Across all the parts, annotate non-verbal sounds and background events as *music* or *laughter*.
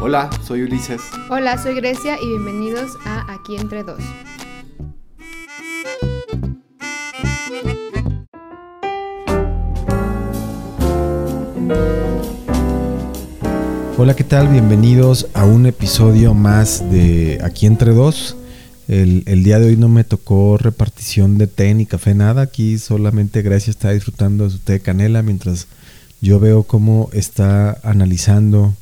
Hola, soy Ulises. Hola, soy Grecia y bienvenidos a Aquí entre dos. Hola, ¿qué tal? Bienvenidos a un episodio más de Aquí entre dos. El, el día de hoy no me tocó repartición de té ni café, nada. Aquí solamente Grecia está disfrutando de su té de canela mientras yo veo cómo está analizando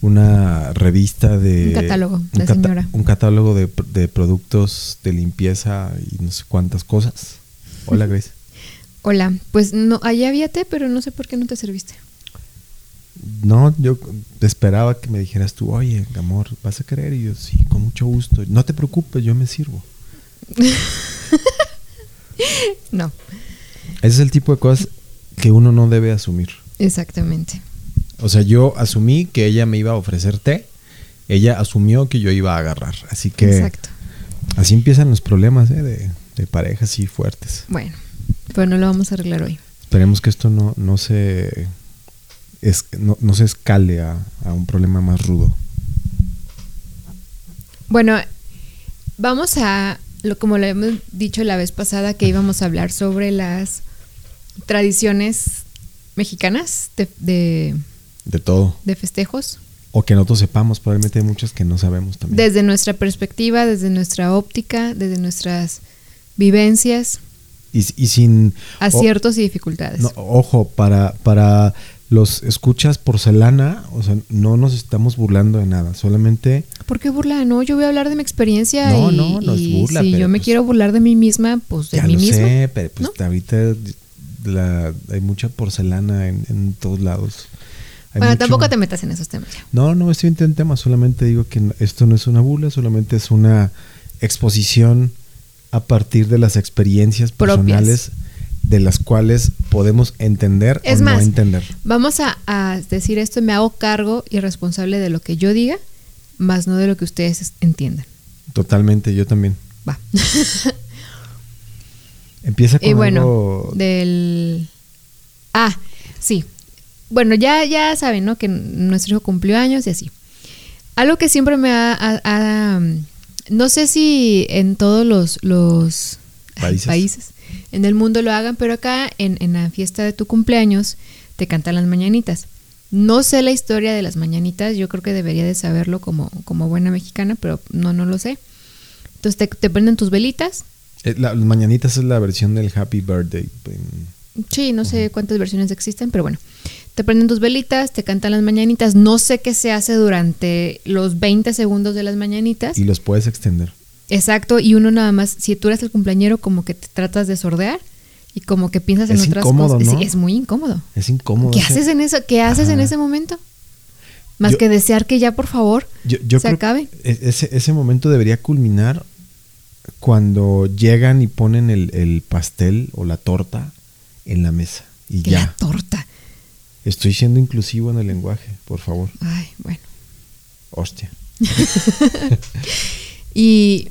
una revista de... Un catálogo, la cata- señora. un catálogo de, pr- de productos de limpieza y no sé cuántas cosas. Hola, Grace. Hola, pues no, allá había té, pero no sé por qué no te serviste. No, yo te esperaba que me dijeras tú, oye, amor, ¿vas a querer? Y yo, sí, con mucho gusto. No te preocupes, yo me sirvo. No, Ese es el tipo de cosas que uno no debe asumir. exactamente. O sea, yo asumí que ella me iba a ofrecer té, ella asumió que yo iba a agarrar. Así que Exacto. así empiezan los problemas ¿eh? de, de parejas así fuertes. Bueno, pero no lo vamos a arreglar hoy. Esperemos que esto no, no, se, es, no, no se escale a, a un problema más rudo. Bueno, vamos a, lo, como lo hemos dicho la vez pasada, que íbamos a hablar sobre las tradiciones mexicanas de, de- De todo. de festejos. O que nosotros sepamos, probablemente hay muchas que no sabemos también. Desde nuestra perspectiva, desde nuestra óptica, desde nuestras vivencias, y, y sin o- aciertos y dificultades. no, ojo para para los escuchas porcelana o sea no nos estamos burlando de nada solamente ¿Por qué burla? No, yo voy a hablar de mi experiencia. No, y, no, no es y burla, Si pero yo me pues- quiero burlar de mí misma, pues de ya mí lo misma. sé pero pues ¿no? ahorita la- hay mucha porcelana en, en todos lados Hay Bueno, mucho- tampoco te metas en esos temas. ya. no no estoy en tema solamente digo que no- esto no es una burla solamente es una exposición a partir de las experiencias Propias. personales de las cuales podemos entender Es o más, no entender Vamos a, a decir esto, me hago cargo y responsable de lo que yo diga, más no de lo que ustedes es- entiendan. totalmente yo también Va. Empieza con y bueno, algo- del... Ah, sí. Bueno, ya, ya saben, ¿no? Que nuestro hijo cumplió años y así. Algo que siempre me ha... ha- ha- mm, no sé si en todos los, los Países. en el mundo lo hagan, pero acá en, en la fiesta de tu cumpleaños te cantan las mañanitas. No sé la historia de las mañanitas, yo creo que debería de saberlo como, como buena mexicana, pero no, no lo sé. Entonces te, te prenden tus velitas, Eh, la- las mañanitas es la versión del Happy Birthday. en- Sí, no sé cuántas versiones existen, pero bueno. Te prenden tus velitas, te cantan las mañanitas. No sé qué se hace durante los 20 segundos de las mañanitas. y los puedes extender. Exacto, y uno nada más, si tú eres el cumpleañero, como que te tratas de sordear y como que piensas en Es otras incómodo, cosas. ¿no? Sí, es muy incómodo. Es incómodo. ¿Qué ese- haces en eso? ¿Qué haces en Ajá. ese momento? Más Yo- que desear que ya, por favor, Yo, yo se creo acabe. que e- Ese, ese momento debería culminar cuando llegan y ponen el, el pastel o la torta en la mesa. Y Que la ya. torta. Estoy siendo inclusivo en el lenguaje, por favor. Ay, bueno. Hostia. Y,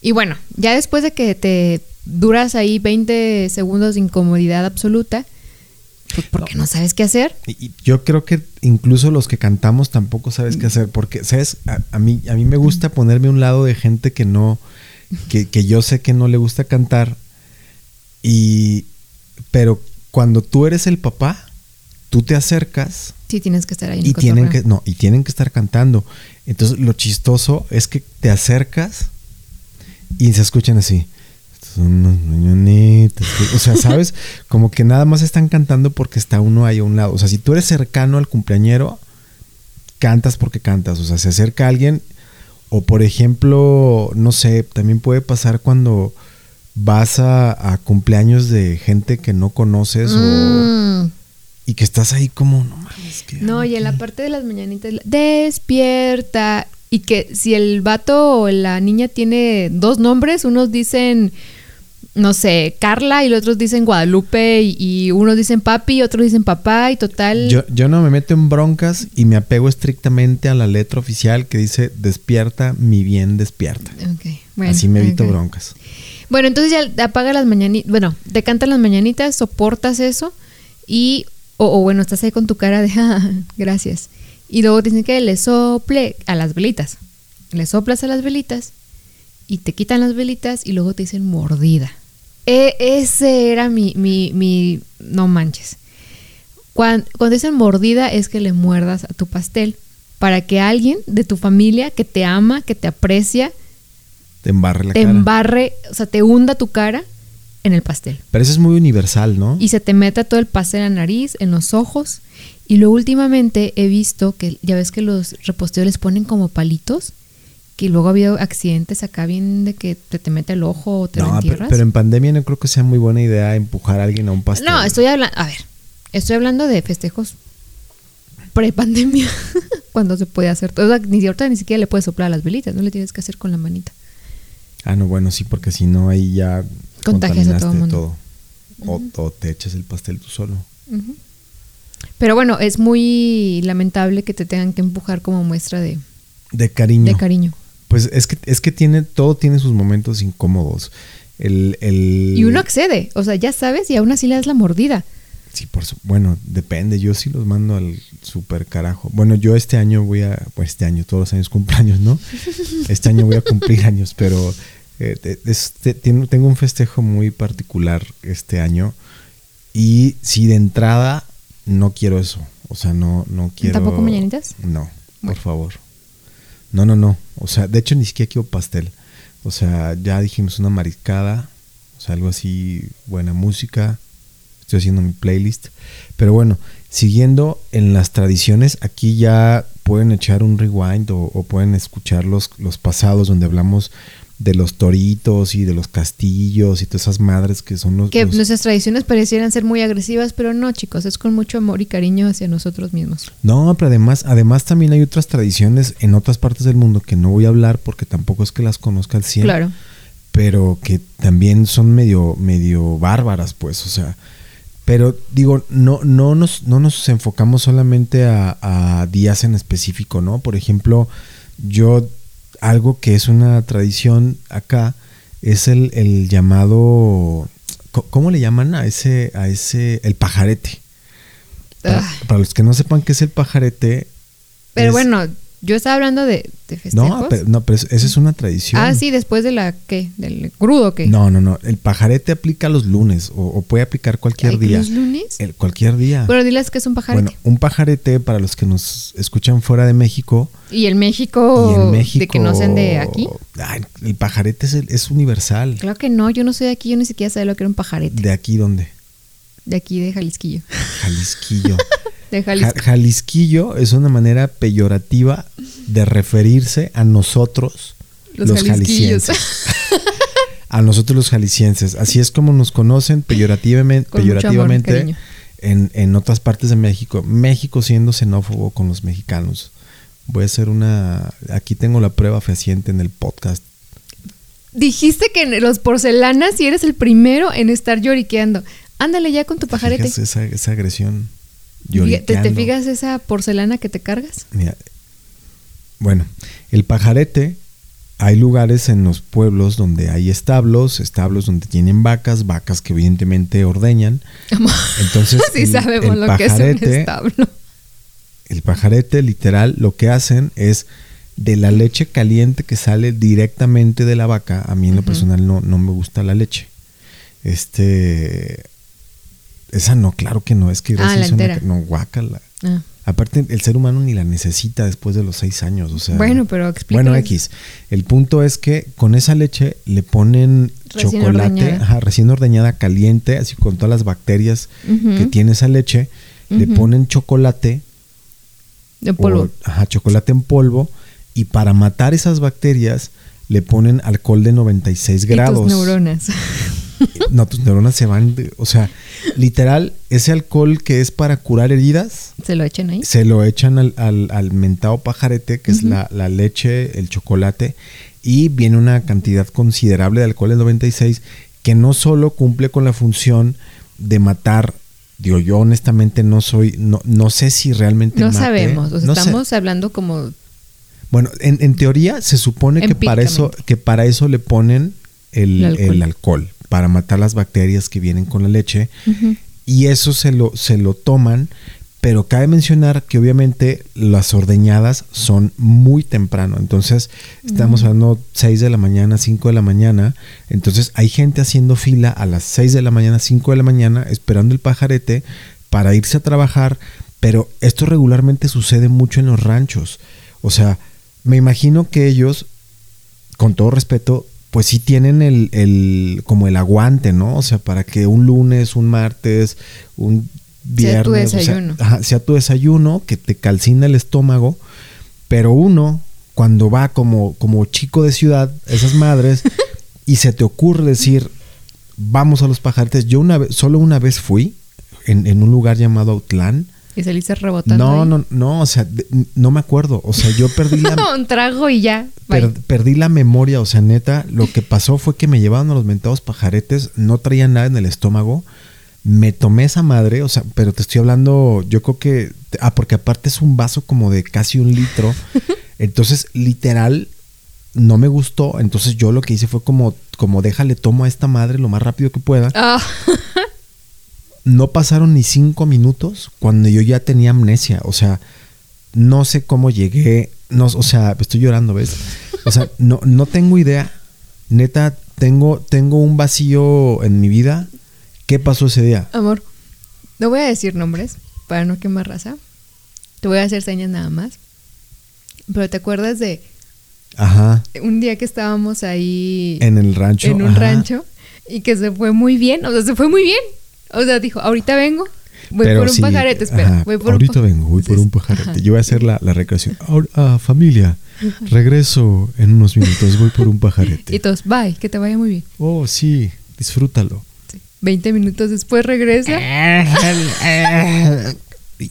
y bueno, ya después de que te duras ahí 20 segundos de incomodidad absoluta, pues porque no, sabes qué hacer. Y, y yo creo que incluso los que cantamos tampoco sabes qué hacer, porque, ¿sabes? A, a mí, a mí me gusta ponerme a un lado de gente que no, que, que yo sé que no le gusta cantar, y, pero cuando tú eres el papá, tú te acercas Sí, tienes que estar ahí. en el y tienen que, cotorreo. no, y tienen que estar cantando. Entonces, lo chistoso es que te acercas y se escuchan así. "Estas Son unas mañanitas. O sea, *laughs* ¿sabes? Como que nada más están cantando porque está uno ahí a un lado. O sea, si tú eres cercano al cumpleañero, cantas porque cantas. O sea, se acerca alguien. O por ejemplo, no sé, también puede pasar cuando vas a, a cumpleaños de gente que no conoces o, Mm. y que estás ahí como, no mames. ¿qué No, hago y en la aquí?" parte de las mañanitas, la- despierta. Y que si el vato o la niña tiene dos nombres, unos dicen, no sé, Carla y los otros dicen Guadalupe y, y unos dicen papi y otros dicen papá y total. Yo, yo no me meto en broncas y me apego estrictamente a la letra oficial que dice despierta, mi bien despierta. Ok, bueno, Así me evito ok. broncas. Bueno, entonces ya apaga las mañanitas, bueno, te cantan las mañanitas, soportas eso y, o, o bueno, estás ahí con tu cara de, "Ah, gracias. Y luego dicen que le sople a las velitas. Le soplas a las velitas y te quitan las velitas y luego te dicen mordida. E- ese era mi, mi, mi no manches. Cuan- Cuando, dicen mordida es que le muerdas a tu pastel para que alguien de tu familia que te ama, que te aprecia, Te embarre la te cara. embarre, o sea, te hunda tu cara en el pastel. Pero eso es muy universal, ¿no? Y se te meta todo el pastel en la nariz, en los ojos. Y luego últimamente he visto que ya ves que los reposteros les ponen como palitos. Que luego ha habido accidentes acá bien de que te, te mete el ojo o te lo no, pero, entierras. pero en pandemia no creo que sea muy buena idea empujar a alguien a un pastel. No, estoy hablando, a ver, estoy hablando de festejos pre-pandemia, *laughs* cuando se puede hacer todo. O sea, ni, ahorita ni siquiera le puedes soplar a las velitas, no le tienes que hacer con la manita. Ah, no, bueno, sí, porque si no ahí ya Contagias a todo contaminaste mundo. todo. O, o te echas el pastel tú solo. Pero bueno, es muy lamentable que te tengan que empujar como muestra de, De cariño. de cariño. Pues es que, es que tiene, todo tiene sus momentos incómodos. El, el- Y uno accede, o sea, ya sabes, y aún así le das la mordida. Sí, por su- bueno, depende. Yo sí los mando al super carajo. Bueno, yo este año voy a, pues este año, todos los años *laughs* cumpleaños, ¿no? Este año voy a cumplir años, pero eh, te- es- te- tengo tengo un festejo muy particular este año y si de entrada no quiero eso, o sea, no, no quiero. ¿Tampoco mañanitas? No, por favor. No, no, no. O sea, de hecho ni siquiera quiero pastel. O sea, ya dijimos una mariscada, o sea, algo así, buena música. Estoy haciendo mi playlist. Pero bueno, siguiendo en las tradiciones, aquí ya pueden echar un rewind o, o pueden escuchar los, los pasados donde hablamos de los toritos y de los castillos y todas esas madres que son los... Que los- nuestras tradiciones parecieran ser muy agresivas, pero no, chicos, es con mucho amor y cariño hacia nosotros mismos. No, pero además, además también hay otras tradiciones en otras partes del mundo que no voy a hablar porque tampoco es que las conozca al 100. Claro. pero que también son medio, medio bárbaras, pues, o sea. Pero digo, no, no, nos, no nos enfocamos solamente a, a días en específico, ¿no? Por ejemplo, yo, algo que es una tradición acá, es el, el llamado, co- ¿cómo le llaman a ese, a ese, el pajarete? Para, Ah, para los que no sepan qué es el pajarete. pero es- bueno, yo estaba hablando de, de festejos. No, pero, no, pero es- esa es una tradición. Ah, sí, después de la ¿qué? del crudo que No, no, no. El pajarete aplica los lunes o, o puede aplicar cualquier día. los lunes. El- cualquier día. Pero diles que es un pajarete. Bueno, un pajarete para los que nos escuchan fuera de México y el México, y en México. Oh, de que no sean de aquí. Ay, el pajarete es, el- es universal. Claro que no, yo no soy de aquí, yo ni siquiera sabía lo que era un pajarete. ¿De aquí dónde? De aquí de Jalisquillo. *laughs* Jalisquillo. De Ja- Jalisco. Jalisquillo es una manera peyorativa de referirse a nosotros, los, Los jalisquillos. *laughs* jaliscienses. a nosotros los jaliscienses. Así es como nos conocen peyorativamente, Con mucho amor, peyorativamente cariño. en, en otras partes de México. México siendo xenófobo con los mexicanos. Voy a hacer una... Aquí tengo la prueba fehaciente en el podcast. Dijiste que en los porcelanas y eres el primero en estar lloriqueando. Ándale ya con tu pajarete. ¿Te fijas esa, esa agresión? Fija- ¿Te, ¿Te Lloriqueando. fijas esa porcelana que te cargas? Mira, bueno, el pajarete, hay lugares en los pueblos donde hay establos, establos donde tienen vacas, vacas que evidentemente ordeñan. Entonces, *laughs* sí el- sabemos el lo que es un pajarete- establo. El pajarete, literal, lo que hacen es de la leche caliente que sale directamente de la vaca. A mí en lo personal no, no me gusta la leche. Este. Esa no, claro que no, es que Ah, la gracias a una entera. ca- no, guácala. Ah. Aparte, el ser humano ni la necesita después de los seis años, o sea. Bueno, pero explícale. Bueno, X. El punto es que con esa leche le ponen Recién chocolate ordeñada. ajá, recién ordeñada, caliente, así con todas las bacterias Ujú. que tiene esa leche. Le Ujú. ponen chocolate. De polvo. o- ajá, chocolate en polvo. Y para matar esas bacterias le ponen alcohol de 96 grados. Y tus neuronas. *laughs* *laughs* No, tus neuronas se van. de- o sea, literal, ese alcohol que es para curar heridas. ¿Se lo echan ahí? Se lo echan al, al, al mentado pajarete, que es la, la leche, el chocolate, y viene una cantidad considerable de alcohol del 96, que no solo cumple con la función de matar, digo, yo honestamente no soy, no, no sé si realmente No mate. sabemos. O sea, No sé. estamos hablando como Bueno, en, en teoría se supone que para eso, Empíricamente. que para eso le ponen El el, alcohol. el alcohol, para matar las bacterias que vienen con la leche Ujú. y eso se lo, se lo toman Pero cabe mencionar que obviamente las ordeñadas son muy temprano. Entonces, estamos hablando 6 de la mañana, 5 de la mañana. Entonces, hay gente haciendo fila a las 6 de la mañana, 5 de la mañana, esperando el pajarete para irse a trabajar. Pero esto regularmente sucede mucho en los ranchos. O sea, me imagino que ellos, con todo respeto, pues sí tienen el, el como el aguante, ¿no? O sea, para que un lunes, un martes, un viernes, Sea tu desayuno. O sea, ajá, sea tu desayuno, que te calcina el estómago, pero uno, cuando va como, como chico de ciudad, esas *laughs* madres, y se te ocurre decir, vamos a los pajaretes, yo una vez, solo una vez fui, en, en un lugar llamado Autlán, Y saliste rebotando. no, ahí. no, no, o sea, de- no me acuerdo, o sea, yo perdí la, *laughs* un trago y ya. bye. Per- perdí la memoria, o sea, neta, lo que pasó fue que me llevaron a los mentados pajaretes, no traía nada en el estómago, me tomé esa madre, o sea, pero te estoy hablando, yo creo que, ah, porque aparte es un vaso como de casi un litro, entonces literal no me gustó, entonces yo lo que hice fue como, como déjale tomo a esta madre lo más rápido que pueda, Ah, *laughs* no pasaron ni cinco minutos cuando yo ya tenía amnesia. O sea, no sé cómo llegué. No, o sea, estoy llorando, ¿ves? O sea, no, no tengo idea. Neta, tengo, tengo un vacío en mi vida. ¿Qué pasó ese día? amor, no voy a decir nombres para no quemar raza. Te voy a hacer señas nada más. Pero te acuerdas de Ajá. un día que estábamos ahí En el rancho. en un ajá. rancho y que se fue muy bien. O sea, se fue muy bien. O sea, dijo, ahorita vengo. Voy Pero por un sí, pajarete, espera. ajá, voy por ahorita un vengo, voy por un pajarete. Yo voy a hacer la, la recreación. Ahor- ah, familia, regreso en unos minutos, voy por *laughs* un Y pajarete. todos, bye, que te vaya muy bien. Oh, sí, disfrútalo. Sí. 20 minutos después regresa.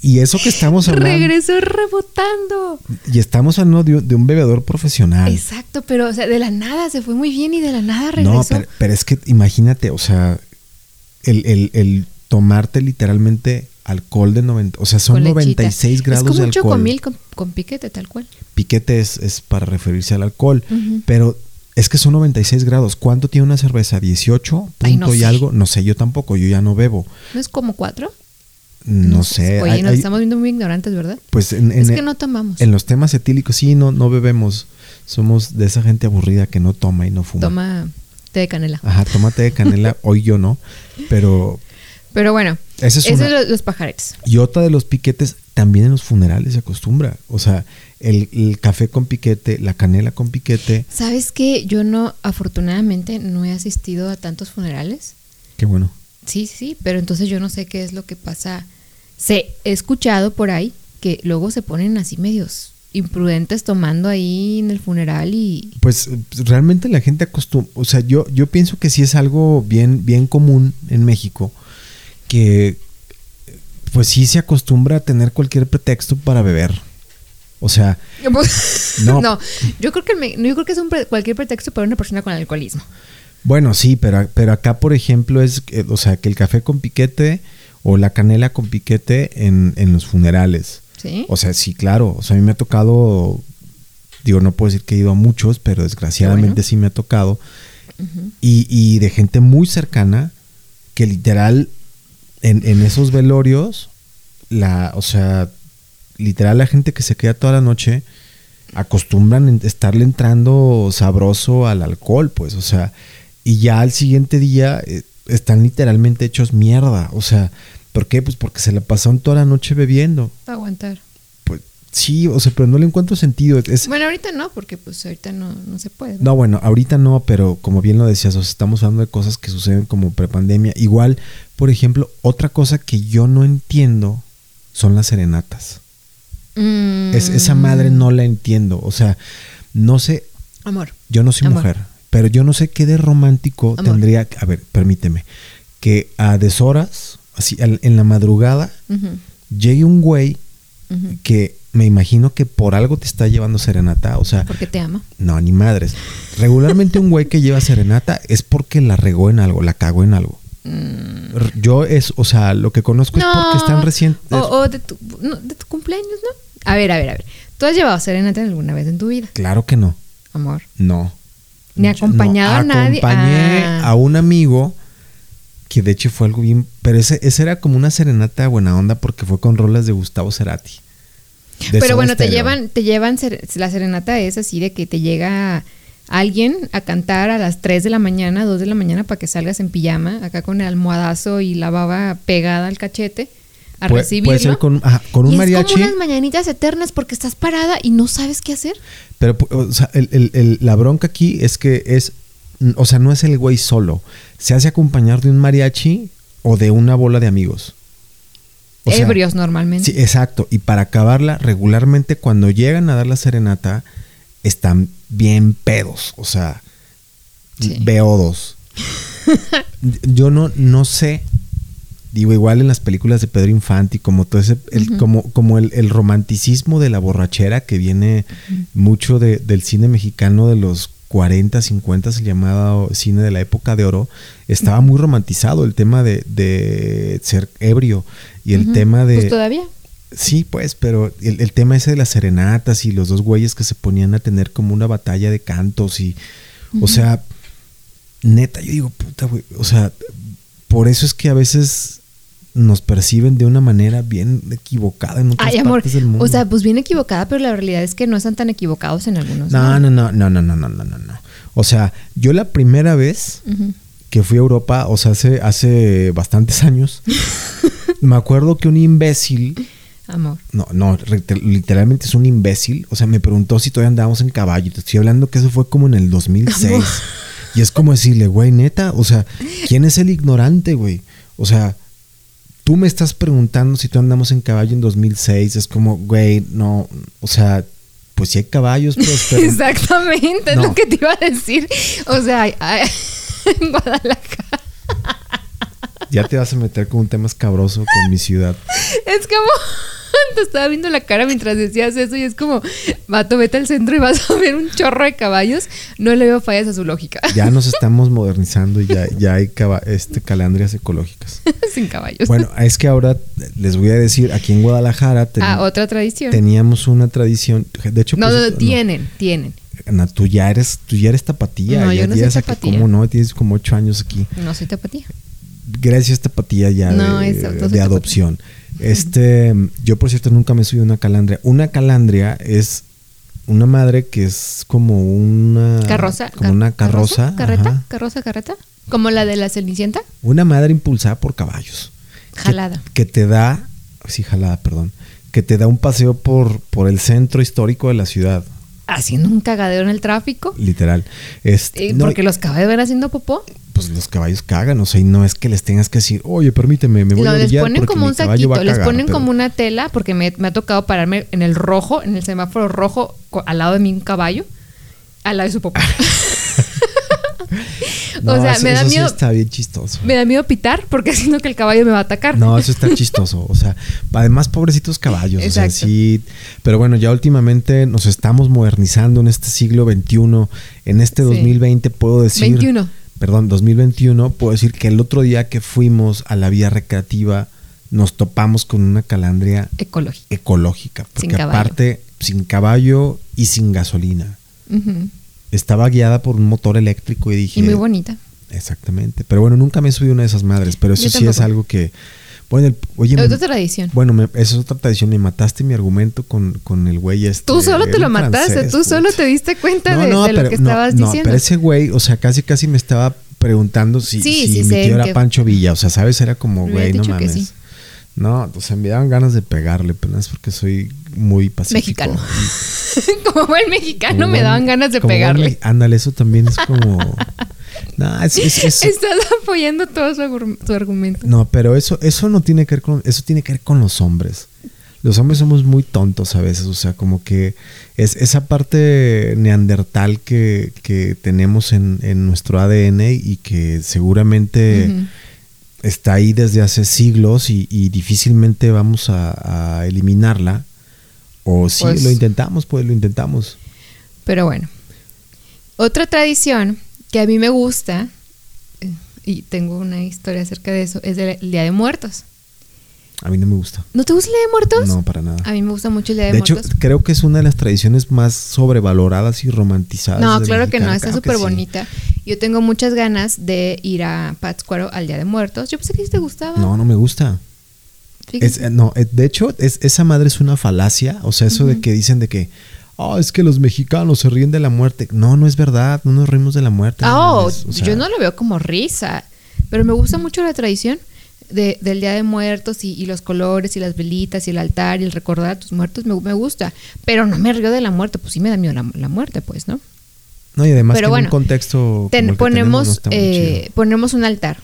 Y eso que estamos hablando. Regresó rebotando. Y estamos hablando de, un- de un bebedor profesional. Exacto, pero o sea, de la nada se fue muy bien y de la nada regresó. no, pero, pero es que imagínate, o sea, el, el- el tomarte literalmente alcohol de 90, o sea, son con lechita. 96 grados Es como de un alcohol. chocomil con, con piquete, tal cual. Piquete es, es para referirse al alcohol, Ujú. pero es que son 96 grados. ¿Cuánto tiene una cerveza? 18 punto Ay, no y sé. algo. No sé, yo tampoco, yo ya no bebo. ¿No es como cuatro? No, sé. pues, Oye, hay- nos hay- estamos viendo muy ignorantes, ¿verdad? pues en- es en- que no tomamos. en los temas etílicos, sí, no, no bebemos. Somos de esa gente aburrida que no toma y no fuma. Ah. Toma té de canela. Ajá, tómate de canela. Hoy yo no. Pero Pero bueno, Esa es eso una- es los, los pajaretes. y otra de los piquetes también en los funerales se acostumbra. O sea, el, el café con piquete, la canela con piquete. ¿Sabes qué? Yo no, afortunadamente, no he asistido a tantos funerales. Qué bueno. Sí, sí, pero entonces yo no sé qué es lo que pasa. Sé, he escuchado por ahí que luego se ponen así medios imprudentes tomando ahí en el funeral *laughs* y... Pues realmente la gente acostumbra. O sea, yo, yo pienso que sí es algo bien, bien común en México que pues sí se acostumbra a tener cualquier pretexto para beber. O sea, No. No, yo, creo que me- yo creo que es un pre- cualquier pretexto para una persona con alcoholismo. Bueno, sí, pero, pero acá, por ejemplo, es, eh, o sea, que el café con piquete o la canela con piquete en, en los funerales. ¿Sí? O sea, sí, claro. O sea, a mí me ha tocado, digo, no puedo decir que he ido a muchos, pero desgraciadamente Bueno. sí me ha tocado. Ujú. Y, y de gente muy cercana que literal en, en esos velorios, la, o sea, literal la gente que se queda toda la noche acostumbran en- estarle entrando sabroso al alcohol, pues, o sea, y ya al siguiente día eh, están literalmente hechos mierda, o sea, ¿por qué? Pues porque se la pasaron toda la noche bebiendo. Aguantar. Pues sí, o sea, pero no le encuentro sentido. Es, Bueno, ahorita no, porque pues ahorita no, no se puede. no, bueno, ahorita no, pero como bien lo decías, o sea, estamos hablando de cosas que suceden como prepandemia. Igual, por ejemplo, otra cosa que yo no entiendo son las serenatas. Mm. Es, esa madre no la entiendo. O sea, no sé, Amor. yo no soy Amor. mujer, pero yo no sé qué de romántico Amor. tendría. que- A ver, permíteme. Que a deshoras, así al- en la madrugada, Ujú, llegue un güey ujú. que me imagino que por algo te está llevando serenata. O sea, Porque te ama. No, ni madres. Regularmente un güey que lleva serenata es porque la regó en algo, la cagó en algo. R- Yo es, o sea, lo que conozco es pues porque están recientes. Mm. O, o de, tu, no, de tu cumpleaños, ¿no? A ver, a ver, a ver. ¿Tú has llevado serenata alguna vez en tu vida, Claro que no. amor? No. Ni Yo- acompañado no, a nadie. Acompañé Ah. a un amigo que de hecho fue algo bien, pero ese, ese era como una serenata buena onda porque fue con rolas de Gustavo Cerati. De pero bueno, te llevan, te llevan, ser, la serenata es así de que te llega alguien a cantar a las 3 de la mañana, 2 de la mañana para que salgas en pijama, acá con el almohadazo y la baba pegada al cachete. A Pu recibirlo. Puede ser con, ajá, con un y mariachi. Es como unas mañanitas eternas porque estás parada y no sabes qué hacer. Pero o sea, el, el, el, la bronca aquí es que es, o sea, no es el güey solo. Se hace acompañar de un mariachi o de una bola de amigos. O Ebrios sea, normalmente. Sí, exacto. Y para acabarla, regularmente cuando llegan a dar la serenata, están bien pedos. O sea, sí. *laughs* beodos. Yo no, no sé. Digo, igual en las películas de Pedro Infante, como todo ese, el, uh -huh. como, como el, el, romanticismo de la borrachera que viene uh -huh. mucho de, del cine mexicano de los 40, 50, el llamado cine de la época de oro, estaba muy romantizado el tema de, de ser ebrio y el uh -huh. tema de... Pues todavía. Sí, pues, pero el, el, tema ese de las serenatas y los dos güeyes que se ponían a tener como una batalla de cantos y... Uh -huh. O sea, neta, yo digo, puta, güey, o sea, por eso es que a veces nos perciben de una manera bien equivocada en otras Ay, amor, partes del mundo. O sea, pues bien equivocada, pero la realidad es que no están tan equivocados en algunos. No, no, no, no, no, no, no, no, no. O sea, yo la primera vez uh -huh. que fui a Europa, o sea, hace, hace bastantes *laughs* años, me acuerdo que un imbécil. Amor. No, no, literalmente es un imbécil. O sea, me preguntó si todavía andábamos en caballo. Te estoy hablando que eso fue como en el 2006. Amor. Y es como decirle, güey, neta, o sea, ¿quién es el ignorante, güey? O sea, tú me estás preguntando si tú andamos en caballo en 2006, es como, güey, no, o sea, pues si hay *laughs* caballos, pues... Pero... Exactamente, no. es lo que te iba a decir. O sea, ay, ay, *laughs* en Guadalajara. Ya te vas a meter con un tema escabroso con mi ciudad. Es como, *laughs* te estaba viendo la cara mientras decías eso y es como, vato, vete al centro y vas a ver un chorro de caballos. No le veo fallas a su lógica. Ya nos estamos modernizando y ya, ya hay este, calandrias ecológicas. *laughs* Sin caballos. Bueno, es que ahora les voy a decir, aquí en Guadalajara... Ah, otra tradición. Teníamos una tradición, de hecho... No, pues, no, no, tienen, no. tienen. Ana, tú ya eres, tú ya eres tapatía. No, ya yo no soy tapatía. Como no, tienes como ocho años aquí. No soy tapatía gracias tapatía ya no, de, exacto, de adopción. Tapatía. Este, yo por cierto nunca me subí a una calandria. Una calandria es una madre que es como una carroza, Ah, como car una carroza, carreta, ajá. carroza, carreta, como la de la Cenicienta. Una madre impulsada por caballos. Jalada. Que, que, te da, sí, jalada, perdón, que te da un paseo por por el centro histórico de la ciudad. Haciendo un cagadero en el tráfico. Literal. Este, ¿Y no, porque los caballos van haciendo popó pues los caballos cagan, o sea, y no es que les tengas que decir, oye, permíteme, me voy no, a Les ponen como un saquito, cagar, les ponen pero... como una tela, porque me, me, ha tocado pararme en el rojo, en el semáforo rojo, al lado de mí un caballo, al lado de su *laughs* papá. no, o sea, eso, me da eso miedo. Sí está bien chistoso. *laughs* Me da miedo pitar porque *laughs* siento que el caballo me va a atacar. No, eso está *laughs* chistoso. O sea, además, pobrecitos caballos. Exacto. O sea, sí. Pero bueno, ya últimamente nos estamos modernizando en este siglo XXI. En este sí. 2020, puedo decir. 21 perdón, 2021, puedo decir que el otro día que fuimos a la vía recreativa nos topamos con una calandria ecológica. ecológica porque sin aparte, sin caballo y sin gasolina. Uh -huh. Estaba guiada por un motor eléctrico y dije... Y muy bonita. Exactamente. Pero bueno, nunca me he subido una de esas madres, pero eso Yo sí tampoco. es algo que... Bueno, el, oye, otra me, tradición. Bueno, me, esa es otra tradición. Me mataste mi argumento con, con el güey este. Tú solo te lo mataste. Francés, tú solo te diste cuenta no, de, no, de pero, lo que no, estabas diciendo. pero ese güey, o sea, casi casi me estaba preguntando si, sí, si sí, mi tío era que... Pancho Villa. O sea, ¿sabes? Era como, güey, no mames. Sí. No, o sea, me daban ganas de pegarle, pero es porque soy muy pacífico. Mexicano. *laughs* como buen *laughs* mexicano como me daban ganas de pegarle. ándale, eso también es *laughs* como... No, es, es, es, Estás apoyando todo su, su, argumento. No, pero eso, eso no tiene que ver con. Eso tiene que ver con los hombres. Los hombres somos muy tontos a veces, o sea, como que es esa parte neandertal que, que tenemos en, en, nuestro ADN y que seguramente uh -huh. está ahí desde hace siglos y, y difícilmente vamos a, a, eliminarla. O sí, pues, lo intentamos, pues lo intentamos. Pero bueno. Otra tradición que a mí me gusta, eh, y tengo una historia acerca de eso, es del Día de Muertos. A mí no me gusta. ¿No te gusta el Día de Muertos? No, para nada. A mí me gusta mucho el Día de, de Muertos. De hecho, creo que es una de las tradiciones más sobrevaloradas y romantizadas. No, claro mexicana. que no, está claro súper sí. bonita. Yo tengo muchas ganas de ir a Pátzcuaro al Día de Muertos. Yo pensé que sí te gustaba. No, no me gusta. Es- Fíjate. eh, no, eh, de hecho, es- esa madre es una falacia. O sea, eso de que dicen de que, "Ah, es que los mexicanos se ríen de la muerte. No, no es verdad. No nos rimos de la muerte. Ah, no oh, mames, o sea, yo no lo veo como risa, pero me gusta mucho la tradición de- del Día de Muertos y, y los colores y las velitas y el altar y el recordar a tus muertos, me, me gusta, pero no me río de la muerte, pues sí me da miedo la, la muerte, pues, ¿no? no, y además pero que en bueno, un contexto. Ten- como el que ponemos, tenemos, no está muy eh, chido. ponemos un altar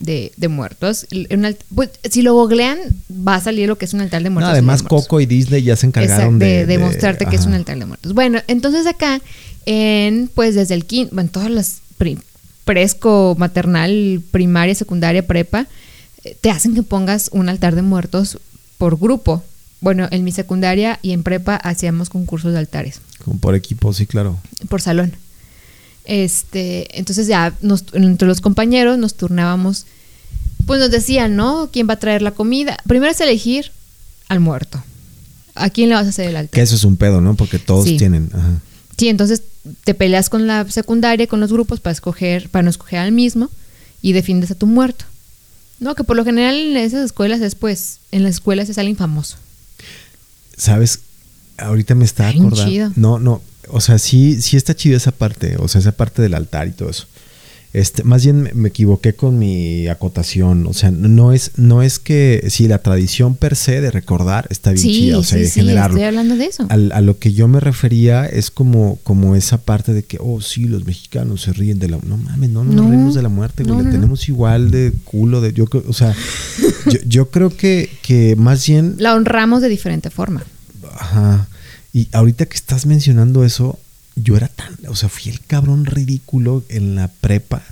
de, de muertos. y un alt- pues, si lo googlean, va a salir lo que es un altar de No, muertos. además, y de muertos. Coco y Disney ya se encargaron Exacto, de, de- demostrarte que es ajá. un altar de muertos. Bueno, entonces acá, en, pues desde el quinto, bueno, todas las pri- fresco, maternal, primaria, secundaria, prepa, eh, te hacen que pongas un altar de muertos por grupo. Bueno, en mi secundaria y en prepa hacíamos concursos de altares Como por equipo, sí, claro. por salón. Este, entonces ya nos- entre los compañeros nos turnábamos, pues nos decían, ¿no? ¿Quién va a traer la comida? Primero es elegir al muerto. ¿A quién le vas a hacer el altar? Que eso es un pedo, ¿no? Porque todos Sí. tienen. ajá. Sí, entonces te peleas con la secundaria, y con los grupos para escoger, para no escoger al mismo y defiendes a tu muerto. No, que por lo general en esas escuelas es pues, en las escuelas es alguien famoso. ¿Sabes? Ahorita me está Está bien acordando. chido. No, no. O sea, sí, sí está chido esa parte. O sea, esa parte del altar y todo eso. Este, más bien me, me equivoqué con mi acotación. O sea, no es, no es que si la tradición per se de recordar está bien Sí, chida, o sea, sí, de sí, generarlo. estoy hablando de eso. Al- a lo que yo me refería es como, como esa parte de que, oh, sí, los mexicanos se ríen de la. No mames, no, no nos No, reímos de la muerte, güey. no, la no, no. tenemos igual de culo. De, yo, creo- o sea, yo, yo creo que, que más bien *laughs* La honramos de diferente forma. Ajá. Y ahorita que estás mencionando eso, yo era tan, o sea, fui el cabrón ridículo en la prepa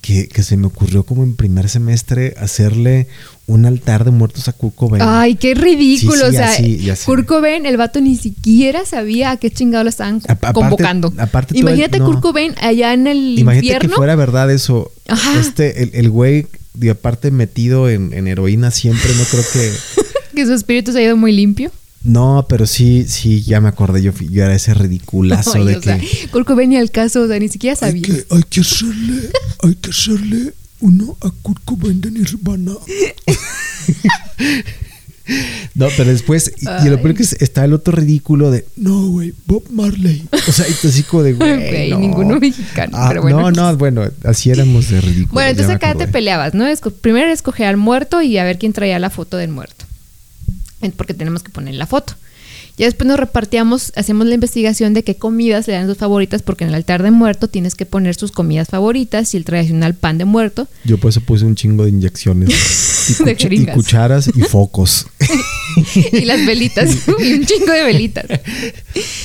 que, que se me ocurrió como en primer semestre hacerle un altar de muertos a Cuco Ay, qué ridículo. Sí, sí, o sea, ya sí, ya sí. Kurt Cobain, el vato ni siquiera sabía a qué chingado lo estaban A- aparte- convocando. aparte todo el- Imagínate no. Kurt Cobain allá en el Imagínate infierno. que fuera verdad eso. Ajá. Este, el, el güey, de aparte metido en, en heroína siempre, no creo que. *laughs* que su espíritu se ha ido muy limpio. No, pero sí, sí, ya me acordé, yo, fui- yo *laughs* era ese ridiculazo Ay, de o que. sea, Kurt Cobain ni al caso, o sea, ni siquiera Hay sabía. que, hay que hacerle, hay que hacerle uno a Kurt Cobain de Nirvana. No, pero después, y, y lo peor que es, está el otro ridículo de, No, güey, Bob Marley. O sea, y tú así como de güey. Güey, no. ninguno mexicano, Ah, pero bueno. No, no, bueno, así éramos de ridículos. Bueno, ya entonces me acá te acordé. peleabas, ¿no? Esco- primero escoger al muerto y a ver quién traía la foto del muerto. En- Porque tenemos que poner la foto. Ya después nos repartíamos, hacemos la investigación de qué comidas le dan sus favoritas, porque en el altar de muerto tienes que poner sus comidas favoritas y el tradicional pan de muerto. *laughs* Yo por eso puse un chingo de inyecciones. Y, De cuch- y jeringas. cucharas y *laughs* focos. y las velitas, *laughs* y un chingo de velitas,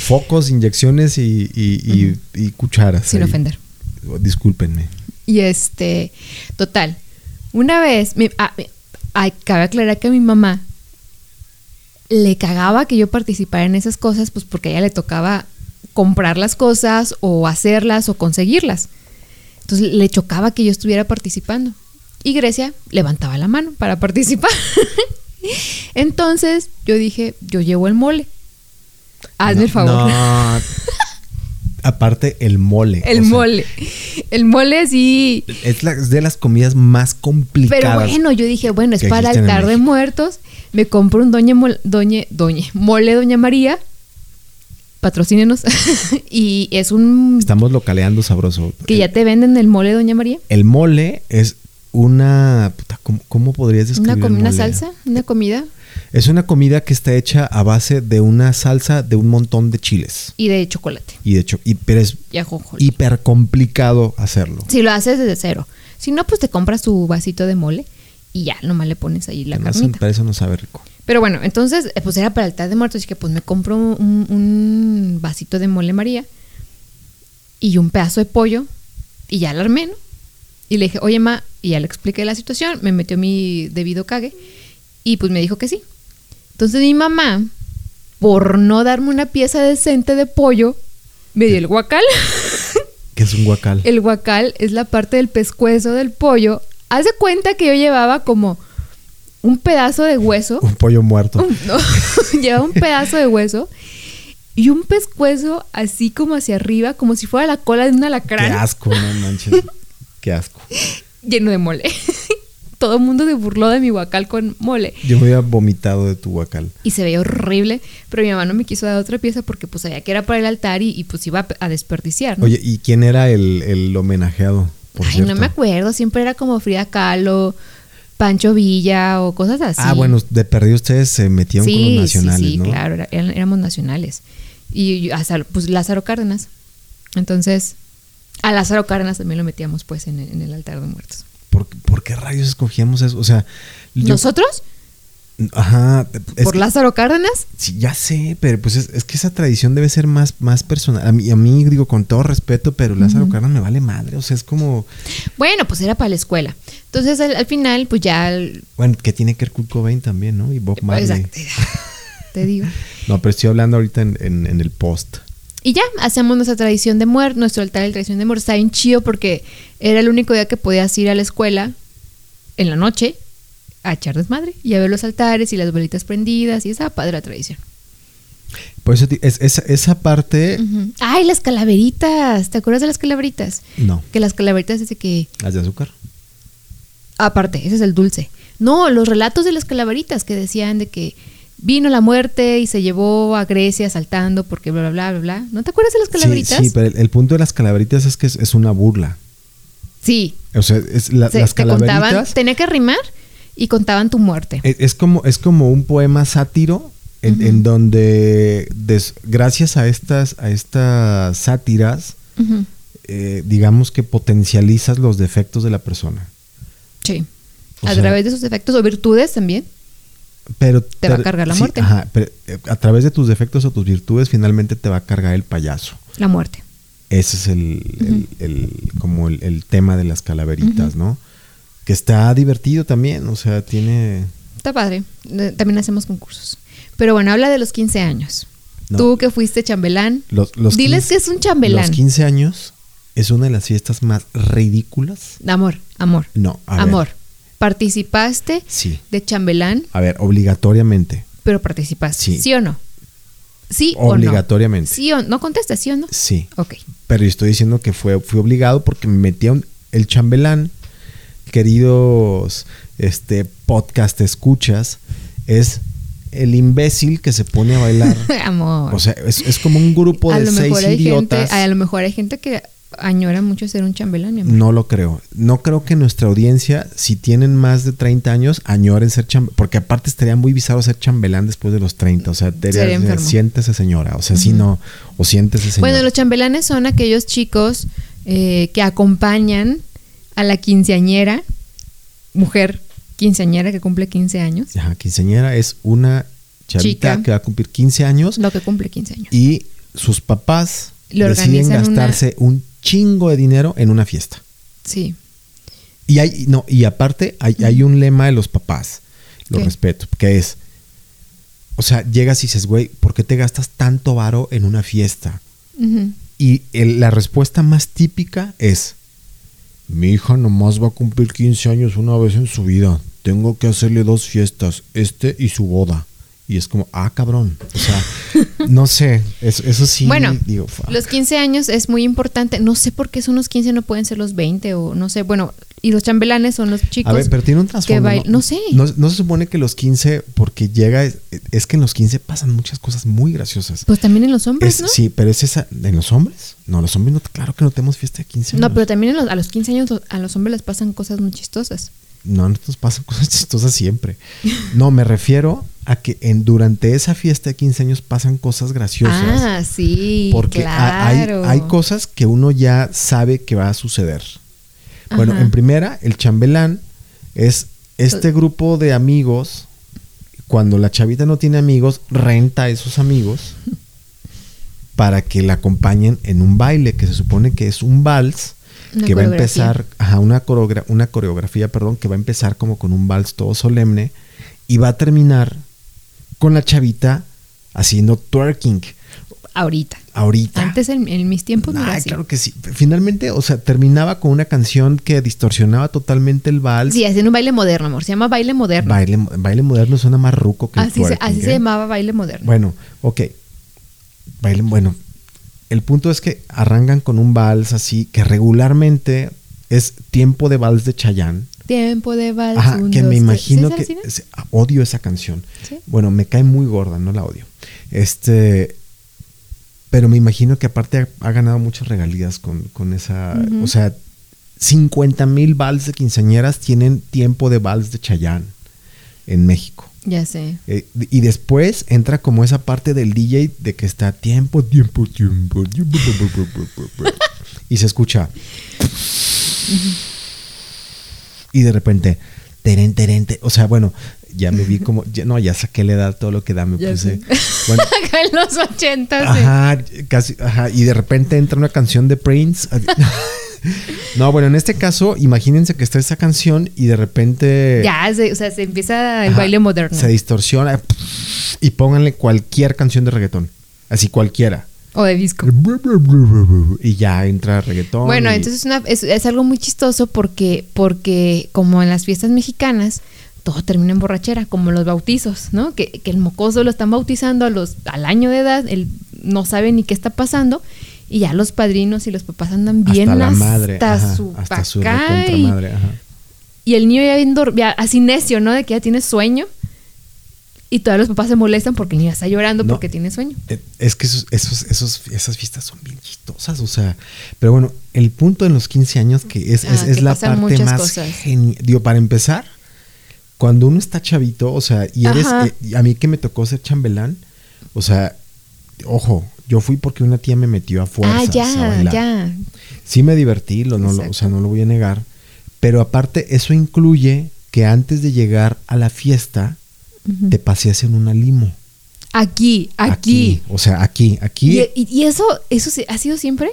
focos, inyecciones y, y- y- y cucharas. sin ahí. ofender. Discúlpenme. Y este, total, una vez, mi- ah, mi- ay, cabe aclarar que a mi mamá le cagaba que yo participara en esas cosas, pues porque a ella le tocaba comprar las cosas o hacerlas o conseguirlas. Entonces le chocaba que yo estuviera participando. Y Grecia levantaba la mano para participar. *laughs* Entonces yo dije, yo llevo el mole. Hazme No, el favor. no. Aparte, el mole. *laughs* el o sea, mole. El mole sí. Es, la- es de las comidas más complicadas. Pero bueno, yo dije, bueno, es que para existen en altar de México. muertos. Me compro un doña, mol- doña, doña, mole doña María. Patrocínenos. *laughs* y es un... Estamos localeando sabroso. que ya te venden el mole doña María. El mole es una. puta, ¿cómo, cómo podrías describir? Una, el com- una mole? salsa, una comida. Es una comida que está hecha a base de una salsa de un montón de chiles. Y de chocolate. Y de hecho, y- pero es Y ajonjolí. hiper complicado hacerlo. Si lo haces desde cero. Si no, pues te compras tu vasito de mole y ya, nomás le pones ahí la Además, carnita. para eso no sabe rico. Pero bueno, entonces, eh, pues era para el altar de muertos. Así que pues me compro un, un vasito de mole María y un pedazo de pollo y ya la armé, ¿no? Y le dije, oye, ma, y ya le expliqué la situación. Me metió mi debido cague y pues me dijo que sí. Entonces mi mamá, por no darme una pieza decente de pollo, me dio el guacal. *laughs* Que es un guacal. El guacal es la parte del pescuezo del pollo. Haz de cuenta que yo llevaba como un pedazo de hueso. *laughs* Un pollo muerto. Un- no, llevaba un pedazo de hueso y un pescuezo así como hacia arriba, como si fuera la cola de un Qué alacrán asco, *laughs* no manches. Qué asco. lleno de mole. *laughs* Todo el mundo se burló de mi guacal con mole. Yo me había vomitado de tu guacal. y se veía horrible, pero mi mamá no me quiso dar otra pieza porque pues sabía que era para el altar y, y, pues iba a desperdiciar. ¿no? Oye, ¿y quién era el, el homenajeado? Por Ay, cierto? no me acuerdo, siempre era como Frida Kahlo, Pancho Villa o cosas así. Ah, bueno, de perdido ustedes se metieron con los nacionales, sí, sí, ¿no? claro, era- eran- éramos nacionales. Y yo- hasta, pues Lázaro Cárdenas. Entonces, a Lázaro Cárdenas también lo metíamos pues en, el- en el altar de muertos. ¿Por, por qué rayos escogíamos eso? O sea, yo- ¿Nosotros? Ajá. es ¿Por que- Lázaro Cárdenas? Sí, ya sé, pero pues es, es que esa tradición debe ser más, más personal. A mí, a mí, digo, con todo respeto, pero Lázaro Cárdenas me vale madre. O sea, es como, Bueno, pues era para la escuela. Entonces, al, al final, pues ya... el- bueno, que tiene que ver Kurt Cobain también, ¿no? Y Bob Marley. Pues, Exacto. *laughs* Te digo. No, pero estoy hablando ahorita en, en- en el post. Y ya, hacemos nuestra tradición de muerte, nuestro altar de tradición de muerte. Está bien chido porque era el único día que podías ir a la escuela en la noche a echar desmadre y a ver los altares y las velitas prendidas y esa padre la tradición. Por eso, ti- es- esa, esa parte, Ujú. ¡Ay, las calaveritas! ¿Te acuerdas de las calaveritas? no. Que las calaveritas es de que... Las de azúcar. Aparte, ese es el dulce. No, los relatos de las calaveritas que decían de que vino la muerte y se llevó a Grecia saltando porque bla, bla, bla, bla, bla. ¿No te acuerdas de las Sí, calaveritas? sí, pero el, el punto de las calabritas es que es, es una burla. sí O sea, es la- Se- las te contaban, calaveritas Eh. tenía que rimar y contaban tu muerte. es, es como, es como un poema sátiro en, en donde des- gracias a estas, a estas sátiras, Ujú. eh, digamos que potencializas los defectos de la persona. Sí. O a sea- través de sus defectos o virtudes también. Pero Te va a cargar la muerte. Ajá, pero eh, a través de tus defectos o tus virtudes finalmente te va a cargar el payaso. La muerte. Ese es el, el- el- como el, el tema de las calaveritas, ¿no? Que está divertido también, o sea, tiene... Está padre. Eh, También hacemos concursos. Pero bueno, habla de los 15 años. No. Tú que fuiste chambelán. Los, los Diles 15 que es un chambelán. Los 15 años es una de las fiestas más ridículas. Amor, amor. No, a ver. amor. Participaste Sí. de chambelán, A ver, obligatoriamente. pero participaste. Sí. Sí, o no. Sí o no. Obligatoriamente. Sí o no contestas, sí o no. Sí. Ok. *laughs* Pero yo estoy diciendo que fue, fui obligado porque me metí a un- el chambelán. Queridos este, podcast escuchas, es el imbécil que se pone a bailar. amor. o sea, es, es como un grupo de seis idiotas. Gente, a lo mejor hay gente que añora mucho ser un chambelán, mi amor. No lo creo. No creo que nuestra audiencia, si tienen más de 30 años, añoren ser chambelán. Porque aparte estaría muy bizarro ser chambelán después de los 30. O sea, te Sería dirías, enfermo. siéntese señora. O sea, si no. O siéntese señora. Bueno, los chambelanes son aquellos chicos eh, que acompañan a la quinceañera, mujer quinceañera que cumple 15 años, Ajá, quinceañera es una chavita Chica. que va a cumplir 15 años lo que cumple 15 años. y sus papás Le deciden organizan una- gastarse un chingo de dinero en una fiesta. Sí. Y hay, no, y aparte hay, hay un lema de los papás, lo ¿Qué? respeto, que es, o sea, llegas y dices, güey, ¿por qué te gastas tanto varo en una fiesta? Ujú. Y el- la respuesta más típica es, mi hija nomás va a cumplir 15 años una vez en su vida. Tengo que hacerle dos fiestas, este y su boda. Y es como, ah, cabrón. *laughs* O sea, no sé, eso, eso sí. bueno, digo, fuck. los 15 años es muy importante. No sé por qué son los 15, no pueden ser los 20 o no sé. Bueno, y los chambelanes son los chicos. a ver, pero tiene un trasfondo. que bail- no sé. No, no se supone que los 15, porque llega, es, es que en los 15 pasan muchas cosas muy graciosas. Pues también en los hombres, Es- ¿no? Sí, pero es esa, ¿en los hombres? No, los hombres no, claro que no tenemos fiesta de 15 años. No, pero también en los- a los 15 años lo- a los hombres les pasan cosas muy chistosas. No, no nos pasan *laughs* cosas chistosas siempre. No, me refiero a que en, durante esa fiesta de 15 años pasan cosas graciosas. Ah, sí, porque ha- hay- claro. hay, cosas que uno ya sabe que va a suceder. Bueno, Ajá. Pues en primera, el chambelán es este grupo de amigos. Cuando la chavita no tiene amigos, renta a *laughs* esos amigos para que la acompañen en un baile que se supone que es un vals Una que va a coreografía. empezar ajá, una, coreogra- una coreografía, perdón, que va a empezar como con un vals todo solemne y va a terminar con la chavita haciendo twerking Ahorita. ahorita. Antes en, en mis tiempos no era Ay, así. Ah. claro que sí. Finalmente, o sea, terminaba con una canción que distorsionaba totalmente el vals. Sí, hacían un baile moderno, amor. Se llama baile moderno. Baile, baile moderno suena más ruco que el así se, twerking, así se ¿eh? llamaba baile moderno. Bueno, ok. bailen, bueno, el punto es que arrancan con un vals así, que regularmente es tiempo de vals de Chayán. Tiempo de vals. Ajá, un, que dos, me tres. imagino ¿Sí que es al cine? es- odio esa canción. ¿Sí? Bueno, me cae muy gorda, no la odio. Este, pero me imagino que aparte ha, ha ganado muchas regalías con, con esa, Ujú. o sea, 50 mil vals de quinceañeras tienen tiempo de vals de Chayán en México. Ya sé. *laughs* Eh, y después entra como esa parte del DJ de que está tiempo, tiempo, tiempo, tiempo, bu, bu, bu, bu, bu, bu. y se escucha. y de repente, teren, teren, te- o sea, bueno, ya me vi como, ya- no, ya saqué la edad, todo lo que da, me Ya puse. sé. *laughs* Bueno, Acá en los ochentas. eh. ajá, casi, ajá, y de repente entra una canción de Prince. ah, *laughs* no, bueno, en este caso, imagínense que está esa canción y de repente. Ya, se- o sea, se empieza el eh. Ajá, baile moderno. Se distorsiona y pónganle cualquier canción de reggaetón. Así cualquiera. O de disco. Y ya entra reggaetón. Bueno, y- entonces es una- es, es algo muy chistoso porque, porque como en las fiestas mexicanas, todo termina en borrachera, como los bautizos, ¿no? Que, que el mocoso lo están bautizando a los, al año de edad, él no sabe ni qué está pasando, y ya los padrinos y los papás andan hasta bien la madre. hasta ajá, su hasta su pacá recontra y- madre. ajá. y el niño ya, bien dor- ya así necio, ¿no? De que ya tiene sueño. Y todavía los papás se molestan porque el niño está llorando No. porque tiene sueño. Eh, Es que esos, esos- esos- esas fiestas son bien chistosas, o sea, pero bueno, el punto en los 15 años que es, es, Ah, es que la pasan parte muchas más cosas. genial. Digo, para empezar, cuando uno está chavito, o sea, y eres, Ajá. eh, y a mí que me tocó ser chambelán, o sea, ojo, yo fui porque una tía me metió a fuerzas ah, a ya, bailar. ya. Sí me divertí, lo, no, lo- o sea, no lo voy a negar, pero aparte eso incluye que antes de llegar a la fiesta, Ujú. te paseas en una limo. Aquí, aquí. O sea, aquí, aquí. Y, y- y eso, eso se- ha sido siempre.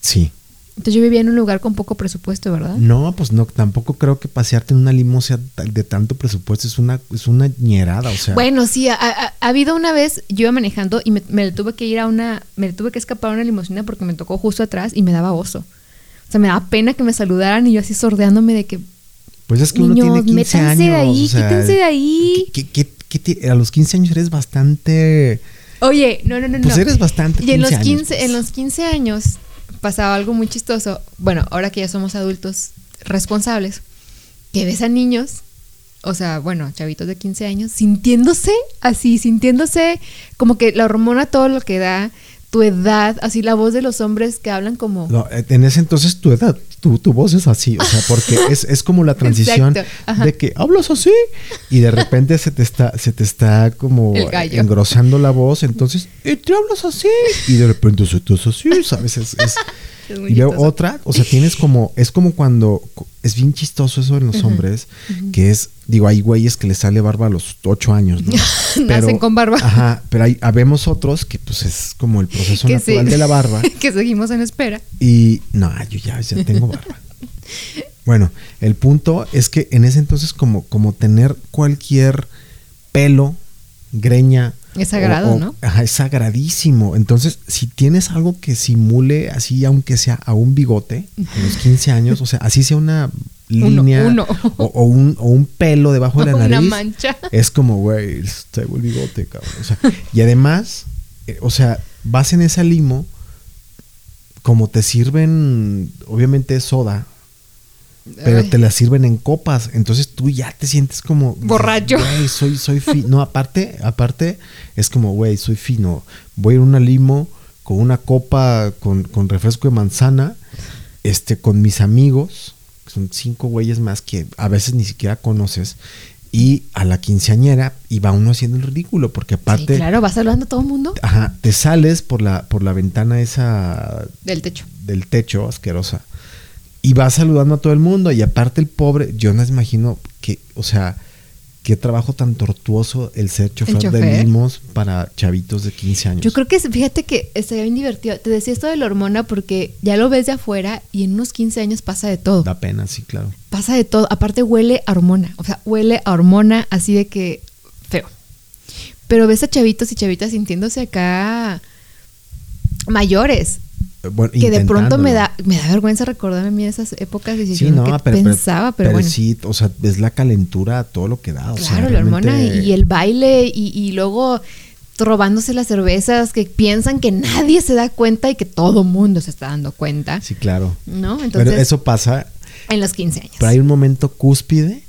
Sí. Entonces yo vivía en un lugar con poco presupuesto, ¿verdad? No, pues no, tampoco creo que pasearte en una limo sea ta- de tanto presupuesto, es una, es una ñerada, o sea. Bueno, sí, ha, ha- ha habido una vez yo iba manejando y me, me tuve que ir a una, me tuve que escapar a una limusina porque me tocó justo atrás y me daba oso. O sea, me daba pena que me saludaran y yo así sordeándome de que pues es que uno niños, tiene 15 métanse años. de ahí, o sea, quítense de ahí. ¿qué- qué- qué te- a los 15 años eres bastante. Oye, no, no, no, Pues no. eres bastante Y en los 15 años, 15, en pues. los 15 años pasaba algo muy chistoso. Bueno, ahora que ya somos adultos responsables, que ves a niños, o sea, bueno, chavitos de 15 años, sintiéndose así, sintiéndose como que la hormona todo lo que da, tu edad, así la voz de los hombres que hablan como... No, eh, en ese entonces tu edad, tu, tu voz es así, o sea, porque *laughs* es, es como la transición Exacto, ajá. de que hablas así y de repente se te está, se te está como El gallo. engrosando la voz, entonces, y te hablas así y de repente se te hace así, ¿sabes? Es- es- *laughs* Es muy y luego chistoso. otra, o sea, tienes como, es como cuando, es bien chistoso eso en los hombres, que es, digo, hay güeyes que les sale barba a los ocho años, ¿no? *laughs* Nacen con barba. Ajá, pero hay, habemos otros que pues es como el proceso que natural se- de la barba. *laughs* que seguimos en espera. Y no, yo ya, ya *laughs* tengo barba. bueno, el punto es que en ese entonces como, como tener cualquier pelo, greña... Es sagrado, ¿no? Ajá, es sagradísimo. Entonces, si tienes algo que simule así, aunque sea a un bigote, a *laughs* los 15 años, o sea, así sea una Uno, línea uno. O, o un, o un pelo debajo de *laughs* la Una nariz. mancha. Es como, güey, traigo el bigote, cabrón. O sea, y además, eh, o sea, vas en esa limo, como te sirven, obviamente es soda, pero Ay. te la sirven en copas, entonces tú ya te sientes como Borracho. Güey, soy soy fino, no, aparte, aparte es como, güey, soy fino. Voy a una limo con una copa con, con refresco de manzana, este con mis amigos, que son cinco güeyes más que a veces ni siquiera conoces. Y a la quinceañera y va uno haciendo el ridículo, porque Sí, aparte claro, vas saludando a todo el mundo ajá, te sales por la, por la ventana esa del techo. del techo asquerosa. Y va saludando a todo el mundo. Y aparte el pobre, yo no me imagino que, o sea, qué trabajo tan tortuoso el ser chofer, de chofer? limos para chavitos de 15 años. Yo creo que, es- fíjate que estaría bien divertido. Te decía esto de la hormona porque ya lo ves de afuera y en unos 15 años pasa de todo. Da pena, sí, claro. Pasa de todo. Aparte huele a hormona. O sea, huele a hormona así de que feo. Pero ves a chavitos y chavitas sintiéndose acá mayores. Eh, bueno, Que de pronto me intentándolo. da, me da vergüenza recordarme a mí esas épocas y decir, Sí, yo no, nunca pero, pero- pensaba, pero, bueno. sí, o sea, es la calentura, todo lo que da. o sea, Claro, la hormona realmente- y el baile y, y luego robándose las cervezas, que piensan que nadie se da cuenta y que todo mundo se está dando cuenta, Sí, claro. ¿no? Pero Entonces, eso pasa, en los 15 años. pero hay un momento cúspide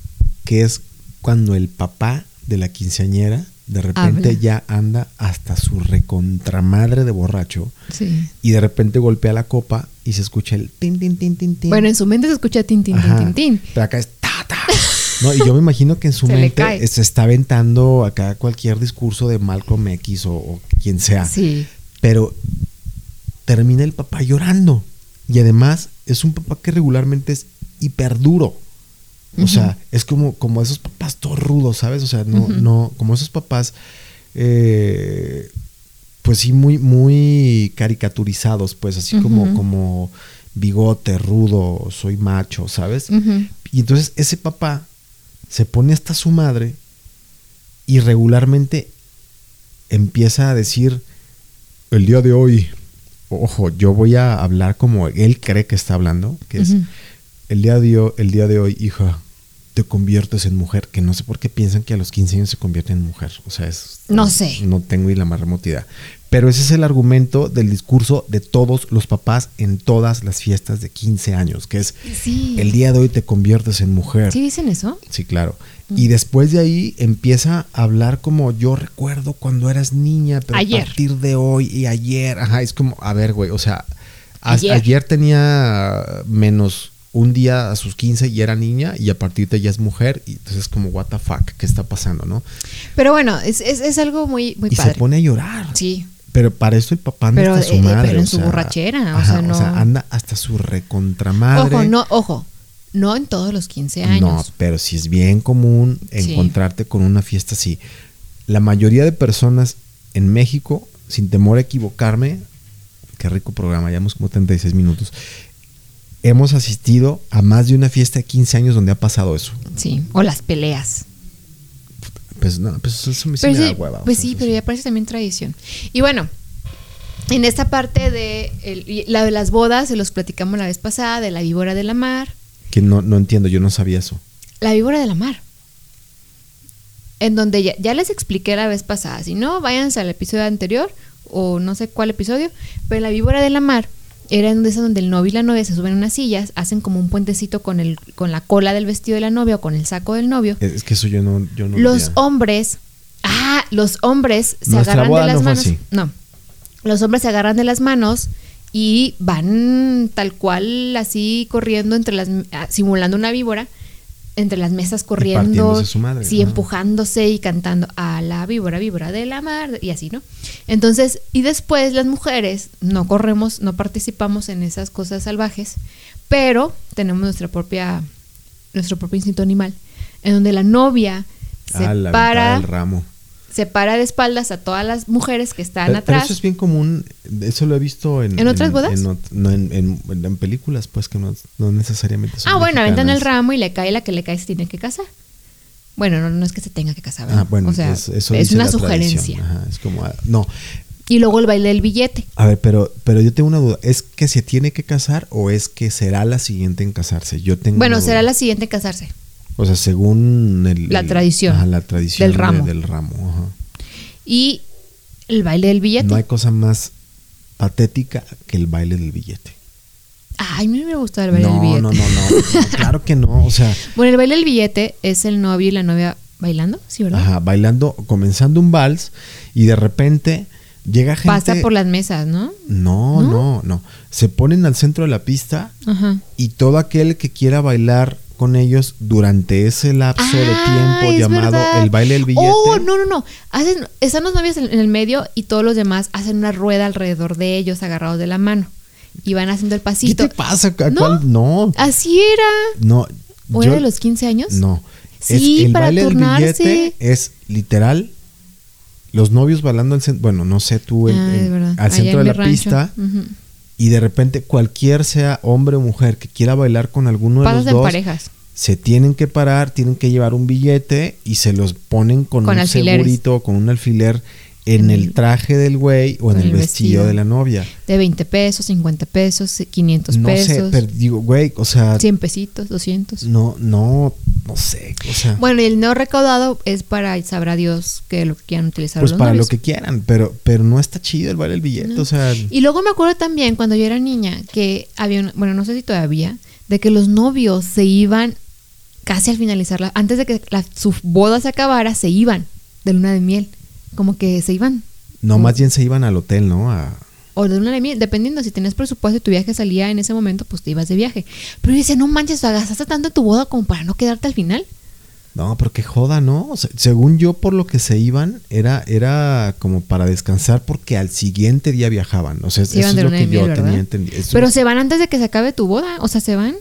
que es cuando el papá de la quinceañera de repente Habla. ya anda hasta su recontramadre de borracho Sí. y de repente golpea la copa y se escucha el tin, tin, tin, tin, tin. Bueno, en su mente se escucha tin, tin, tin, Ajá. tin, tin. Pero acá es ta, ta. No, y yo me imagino que en su Se le mente cae. se está aventando acá cualquier discurso de Malcolm X o, o quien sea. Sí. Pero termina el papá llorando. Y además es un papá que regularmente es hiperduro. O sea, es como, como esos papás todos rudos, ¿sabes? O sea, no, no, como esos papás, eh, pues sí, muy, muy caricaturizados, pues así como, Ujú. como bigote, rudo, soy macho, ¿sabes? Ujú. Y entonces ese papá se pone hasta su madre y regularmente empieza a decir, el día de hoy, ojo, yo voy a hablar como él cree que está hablando, que es, Ujú. el, día de hoy, el día de hoy, hija, te conviertes en mujer, que no sé por qué piensan que a los 15 años se convierten en mujer, o sea, es... No sé. No tengo ni la más remota idea. Pero ese es el argumento del discurso de todos los papás en todas las fiestas de 15 años, que es, Sí. el día de hoy te conviertes en mujer. ¿Sí Sí, dicen eso? claro. Y después de ahí empieza a hablar como yo recuerdo cuando eras niña, pero Ayer. a partir de hoy y ayer, ajá, es como, a ver, güey, o sea, a- ayer. Ayer. tenía menos un día a sus 15 y era niña y a partir de ahí ya es mujer y entonces es como, what the fuck, ¿qué está pasando, no? Pero bueno, es, es, es algo muy, muy y padre. se pone a llorar. Sí. Pero para eso el papá anda Pero, hasta su eh, eh, madre. pero en o su sea, borrachera, o ajá, sea, no- anda hasta su recontramadre. Ojo, no, ojo. No en todos los 15 No, años. pero si es bien común Sí. encontrarte con una fiesta así. La mayoría de personas en México, sin temor a equivocarme, qué rico programa, llevamos como 36 minutos. Hemos asistido a más de una fiesta de 15 años donde ha pasado eso. Sí. O las peleas. Pues no, pues eso me, sí Pero me da sí, hueva. o Pues sea, sí, eso pero ya parece también tradición. Y bueno, en esta parte de el- y la de las bodas, se los platicamos la vez pasada, de la víbora de la mar. Que no, no entiendo, yo no sabía eso. La víbora de la mar. En donde ya, ya les expliqué la vez pasada. Si no, váyanse al episodio anterior o no sé cuál episodio. Pero en la víbora de la mar era en esa donde el novio y la novia se suben a unas sillas, hacen como un puentecito con, el, con la cola del vestido de la novia o con el saco del novio. Es, es que eso yo no. Yo no los sabía. hombres, ah, los hombres se Nuestra agarran boda de las no fue manos. así. No, los hombres se agarran de las manos y van tal cual así corriendo entre las ah, simulando una víbora entre las mesas corriendo, partiéndose su madre, sí, ajá. empujándose y cantando a la víbora, víbora de la mar y así, ¿no? Entonces, y después las mujeres no corremos, no participamos en esas cosas salvajes, pero tenemos nuestra propia nuestro propio instinto animal, en donde la novia se Ah, la para, del ramo. se para de espaldas a todas las mujeres que están Pero- pero atrás. eso es bien común, eso lo he visto en... ¿En otras bodas? en ot- no, en, en- en películas, pues, que no, no necesariamente son ah, bueno, aventan el mexicanas. ramo y le cae la que le cae se tiene que casar. Bueno, no, no es que se tenga que casar, ¿verdad? Ah, bueno, o sea, es, eso es dice una la tradición, sugerencia. ajá, es como, ah, no, Y luego el baile del billete. a ver, pero, pero yo tengo una duda, ¿es que se tiene que casar o es que será la siguiente en casarse? Yo tengo Bueno, una será duda. la siguiente en casarse. O sea, según el- La el- tradición ajá, la tradición del de- ramo. del ramo, ajá. Y el baile del billete. No hay cosa más patética que el baile del billete. Ay, a mí me gusta el baile no, del billete. no, no, *laughs* no, no, claro que no, o sea... Bueno, el baile del billete es el novio y la novia bailando, ¿sí, verdad? Ajá, bailando, comenzando un vals y de repente llega gente. Pasa por las mesas, ¿no? No, no, no, Se ponen al centro de la pista Ajá. y todo aquel que quiera bailar con ellos durante ese lapso Ah, de tiempo es llamado verdad. el baile del billete. Oh, no, no, no. Hacen, están los novios en, en el medio y todos los demás hacen una rueda alrededor de ellos, agarrados de la mano. Y van haciendo el ¿Qué pasito. te pasa? ¿A No. cuál? No, Así era. no. ¿O yo- era de los 15 años? No. Sí, para billete turnarse. es literal. Los novios bailando al centro. Bueno, no sé tú. en- Ah, es en- verdad. al Allá centro en de mi la rancho. pista. Ujú. y de repente cualquier sea hombre o mujer que quiera bailar con alguno de Pasas los en dos parejas. se tienen que parar, tienen que llevar un billete y se los ponen con, Con un alfileres. segurito, con un alfiler en En el el- traje del güey o en con el, el vestido vestido. de la novia. De 20 pesos, 50 pesos, 500 No sé, pesos, pero digo, güey, o sea, 100 pesitos, 200. no, no, no sé, o sea, Bueno, y el no recaudado es para, sabrá Dios, que lo que quieran utilizar pues los para lo novios. que quieran, pero, pero no está chido el vale el billete, o sea, Y luego me acuerdo también cuando yo era niña que había, una- bueno, no sé si todavía, de que los novios se iban casi al finalizar, la, antes de que la- su boda se acabara, se iban de luna de miel. Como que se iban. no más bien se iban al hotel, ¿no? A, O de luna de miel, dependiendo, si tenías presupuesto y tu viaje salía en ese momento, pues te ibas de viaje. Pero yo decía, no manches, gastaste tanto en tu boda como para no quedarte al final. No, pero qué joda, ¿no? O sea, según yo, por lo que se iban, era, era como para descansar porque al siguiente día viajaban. O sea, Se Pues eso iban es de lo luna que de miel, yo ¿verdad? tenía entendido. Eso- Pero se van antes de que se acabe tu boda, o sea, se van.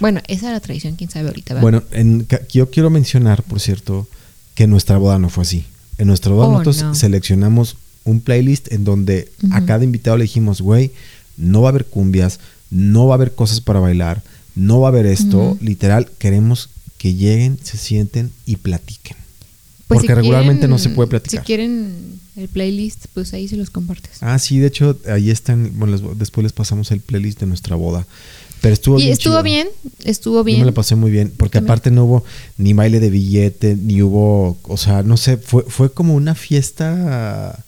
Bueno, esa era la tradición, quién sabe ahorita, ¿verdad? Bueno, en ca- yo quiero mencionar, por cierto, que nuestra boda no fue así. En nuestra boda Oh, nosotros no. seleccionamos un playlist en donde a cada invitado le dijimos, güey, no va a haber cumbias, no va a haber cosas para bailar, no va a haber esto. Literal, queremos que lleguen, se sienten y platiquen. Pues porque si regularmente no se quieren- puede platicar. Si quieren el playlist, pues ahí se los compartes. Ah, sí, de hecho, ahí están. Bueno, les- después les pasamos el playlist de nuestra boda. Pero estuvo y bien. estuvo chido. bien, estuvo Yo bien. me la pasé muy bien. Porque También. aparte no hubo ni baile de billete, ni hubo. O sea, no sé, fue, fue como una fiesta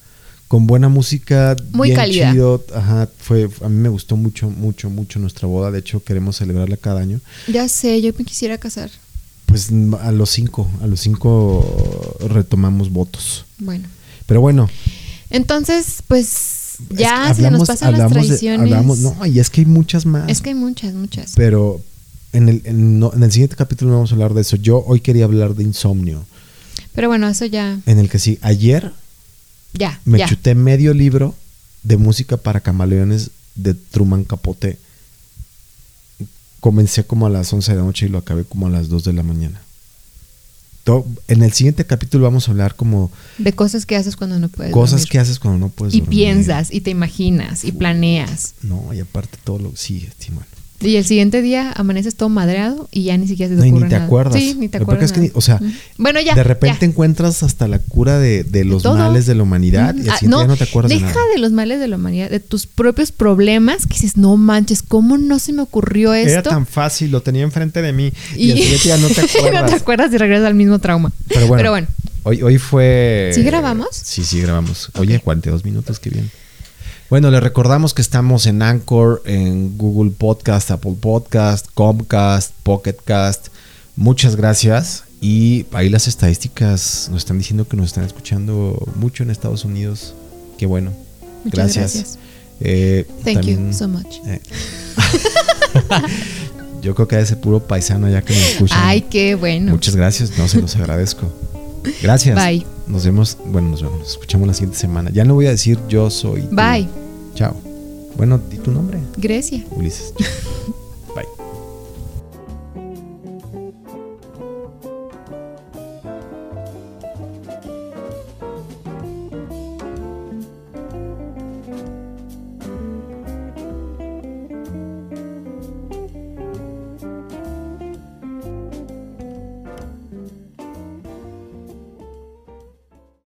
con buena música. Muy bien cálida. chido. Ajá, fue, a mí me gustó mucho, mucho, mucho nuestra boda. De hecho, queremos celebrarla cada año. Ya sé, yo me quisiera casar. Pues mm, a los cinco, a los cinco retomamos votos. Bueno, Pero bueno, entonces, pues ya es que se hablamos- nos pasan las hablamos de- tradiciones. hablamos- no, y es que hay muchas más. Es que hay muchas, muchas. Pero en el, en- no- en el siguiente capítulo no vamos a hablar de eso. Yo hoy quería hablar de insomnio. Pero bueno, eso ya, En el que sí, ayer ya, me ya. chuté medio libro de música para camaleones de Truman Capote. Comencé como a las 11 de la noche y lo acabé como a las 2 de la mañana. To- En el siguiente capítulo vamos a hablar como De cosas que haces cuando no puedes. cosas dormir. que haces cuando no puedes Y dormir. piensas, y te imaginas, y planeas. No, y aparte todo lo... Sí, sí, bueno. Y el siguiente día amaneces todo madreado y ya ni siquiera se te No, y ni ocurre te nada. acuerdas. Sí, ni te Lo peor acuerdas. que es que ni- nada. o sea, Ujú. bueno, ya. de repente ya. encuentras hasta la cura de, de los todo. males de la humanidad y Ah, así no, no te acuerdas deja de nada. los males de la humanidad, de tus propios problemas que dices, no manches, ¿cómo no se me ocurrió esto? Era tan fácil, lo tenía enfrente de mí y, el siguiente *laughs* ya no te acuerdas. no te acuerdas y regresas al mismo trauma. Pero bueno, Hoy, hoy fue... ¿Sí grabamos? Sí, sí, grabamos. Oye, 42 minutos, qué bien. Bueno, les recordamos que estamos en Anchor, en Google Podcast, Apple Podcast, Comcast, Pocket Cast. Muchas gracias. Y ahí las estadísticas nos están diciendo que nos están escuchando mucho en Estados Unidos. Qué bueno. Muchas gracias. gracias. Eh, Thank también- you so much. eh. *laughs* Yo creo que a ese puro paisano allá que nos escucha. Ay, qué bueno. Muchas gracias, no se los agradezco. Gracias. Bye. Nos vemos, bueno, nos vemos, nos escuchamos la siguiente semana. Ya no voy a decir yo soy. tú. Bye. Chao. Bueno, di tu nombre, *laughs* Grecia. Ulises.